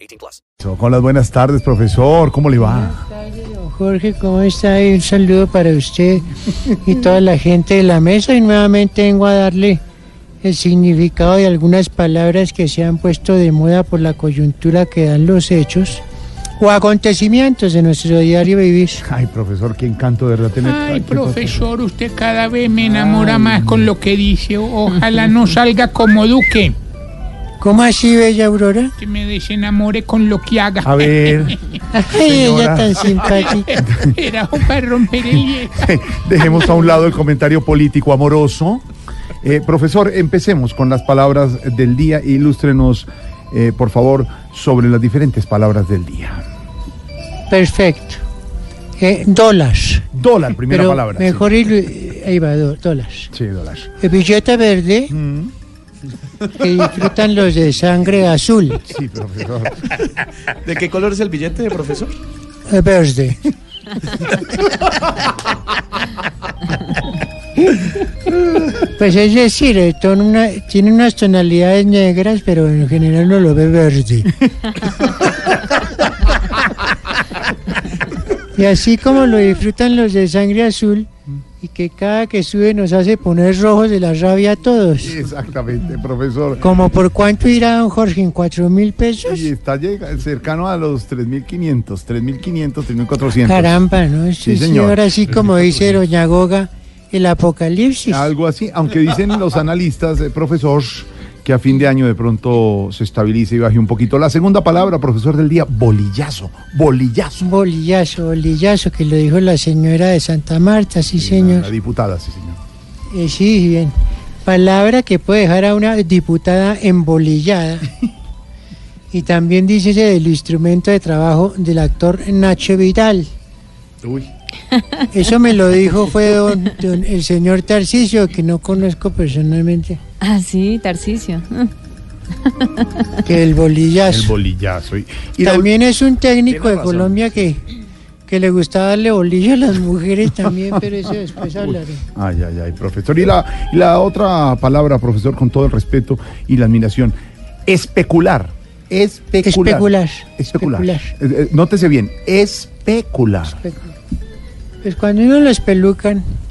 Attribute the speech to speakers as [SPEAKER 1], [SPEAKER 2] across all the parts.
[SPEAKER 1] 18 plus.
[SPEAKER 2] Con las buenas tardes, profesor. ¿Cómo le va?
[SPEAKER 3] Don Jorge, ¿cómo está? Y un saludo para usted y toda la gente de la mesa. Y nuevamente vengo a darle el significado de algunas palabras que se han puesto de moda por la coyuntura que dan los hechos o acontecimientos de nuestro diario vivir.
[SPEAKER 2] Ay, profesor, qué encanto de verdad tener.
[SPEAKER 4] Ay,
[SPEAKER 2] qué
[SPEAKER 4] profesor, usted cada vez me enamora más con lo que dice. Ojalá no salga como Duque.
[SPEAKER 3] ¿Cómo así, Bella Aurora?
[SPEAKER 4] Que me desenamore con lo que haga.
[SPEAKER 2] A ver,
[SPEAKER 3] Ay,
[SPEAKER 2] Señora.
[SPEAKER 3] ella tan simpática.
[SPEAKER 4] Era para romper el hielo.
[SPEAKER 2] dejemos a un lado el comentario político amoroso. Eh, profesor, empecemos con las palabras del día. Ilústrenos, eh, por favor, sobre las diferentes palabras del día.
[SPEAKER 3] Perfecto. Eh, dólar.
[SPEAKER 2] Dólar, primera
[SPEAKER 3] Pero
[SPEAKER 2] palabra. sí.
[SPEAKER 3] mejor ilu- ahí va, do- dólar.
[SPEAKER 2] Sí, dólar.
[SPEAKER 3] El billete verde
[SPEAKER 2] Mm.
[SPEAKER 3] que disfrutan los de sangre azul.
[SPEAKER 2] Sí, profesor.
[SPEAKER 5] ¿De qué color es el billete, profesor?
[SPEAKER 3] Eh, Verde. Pues es decir, eh, ton- una- tiene unas tonalidades negras, pero en general no lo ve verde. Y así como lo disfrutan los de sangre azul, y que cada que sube nos hace poner rojos de la rabia a todos.
[SPEAKER 2] Sí, exactamente, profesor.
[SPEAKER 3] ¿Como por cuánto irá don Jorge? ¿En cuatro mil pesos?
[SPEAKER 2] Y está llega- cercano a los 3.500, 3.500, 3.400.
[SPEAKER 3] Caramba, ¿no? Eso
[SPEAKER 2] Sí,
[SPEAKER 3] sí,
[SPEAKER 2] señor.
[SPEAKER 3] ahora sí, como dice Doña Goga, el apocalipsis.
[SPEAKER 2] Algo así, aunque dicen los analistas, eh, profesor, que a fin de año de pronto se estabilice y baje un poquito. La segunda palabra, profesor del día, bolillazo, bolillazo.
[SPEAKER 3] Un bolillazo, bolillazo, que lo dijo la señora de Santa Marta, sí,
[SPEAKER 2] La, la
[SPEAKER 3] señor.
[SPEAKER 2] diputada, sí, señor.
[SPEAKER 3] Eh, sí, bien. Palabra que puede dejar a una diputada embolillada. y también dice ese del instrumento de trabajo del actor Nacho Vidal.
[SPEAKER 2] Uy.
[SPEAKER 3] Eso me lo dijo fue don- don- el señor Tarcisio, que no conozco personalmente,
[SPEAKER 6] Ah, sí, Tarcicio.
[SPEAKER 3] que el bolillazo.
[SPEAKER 2] El bolillazo. Y, y la
[SPEAKER 3] también es un técnico
[SPEAKER 2] Tiene
[SPEAKER 3] de
[SPEAKER 2] razón.
[SPEAKER 3] Colombia que, que le gusta darle bolilla a las mujeres también, pero eso después
[SPEAKER 2] Uy.
[SPEAKER 3] hablaré.
[SPEAKER 2] Ay, ay, ay, profesor. Y la, y la otra palabra, profesor, con todo el respeto y la admiración, especular. Especular.
[SPEAKER 3] Especular.
[SPEAKER 2] Especular.
[SPEAKER 3] Especular.
[SPEAKER 2] Eh, eh, nótese bien, especular.
[SPEAKER 3] Pues cuando uno los pelucan,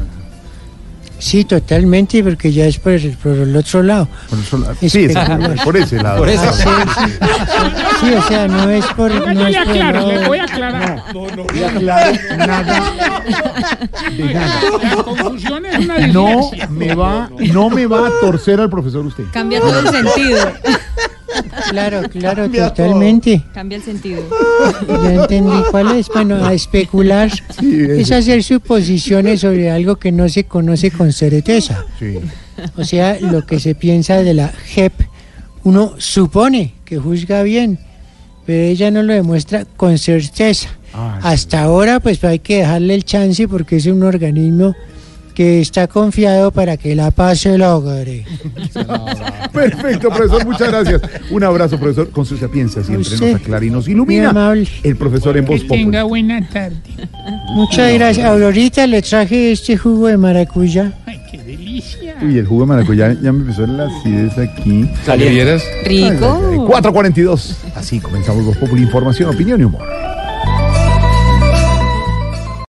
[SPEAKER 3] Sí, totalmente, porque ya es por el, por el otro lado.
[SPEAKER 2] Por eso la- sí, es-
[SPEAKER 3] Especular.
[SPEAKER 2] por ese lado.
[SPEAKER 3] Sí, o sea, no es por.
[SPEAKER 4] Yo
[SPEAKER 3] no
[SPEAKER 4] le
[SPEAKER 3] es por el
[SPEAKER 4] aclaro,
[SPEAKER 3] lado
[SPEAKER 4] le
[SPEAKER 3] de-
[SPEAKER 4] voy a aclarar. La confusión es una
[SPEAKER 2] No
[SPEAKER 4] desgracia.
[SPEAKER 2] me va, no me va a torcer al profesor usted.
[SPEAKER 6] Cambia todo el sentido.
[SPEAKER 3] Claro, claro, totalmente.
[SPEAKER 6] Cambia el sentido.
[SPEAKER 3] Ya entendí cuál es. Bueno, a especular
[SPEAKER 2] Sí,
[SPEAKER 3] es
[SPEAKER 2] ese.
[SPEAKER 3] hacer suposiciones sobre algo que no se conoce con certeza.
[SPEAKER 2] Sí.
[SPEAKER 3] O sea, lo que se piensa de la JEP, uno supone que juzga bien, pero ella no lo demuestra con certeza.
[SPEAKER 2] Ay,
[SPEAKER 3] Hasta ahora, pues hay que dejarle el chance porque es un organismo que está confiado para que la paz se logre.
[SPEAKER 2] Perfecto, profesor, muchas gracias. Un abrazo, profesor, con su sapiencia siempre
[SPEAKER 3] Usted,
[SPEAKER 2] nos aclara y nos
[SPEAKER 3] muy
[SPEAKER 2] ilumina.
[SPEAKER 3] amable.
[SPEAKER 2] El profesor en
[SPEAKER 4] Que
[SPEAKER 2] voz Populi.
[SPEAKER 4] tenga buena tarde.
[SPEAKER 3] Muchas gracias. Aurorita, le traje este jugo de maracuyá.
[SPEAKER 4] Ay, qué delicia.
[SPEAKER 2] Uy, el jugo de maracuyá ya me empezó la acidez aquí.
[SPEAKER 6] Rico.
[SPEAKER 2] 4.42. Así comenzamos Voz Populi, información, opinión y humor.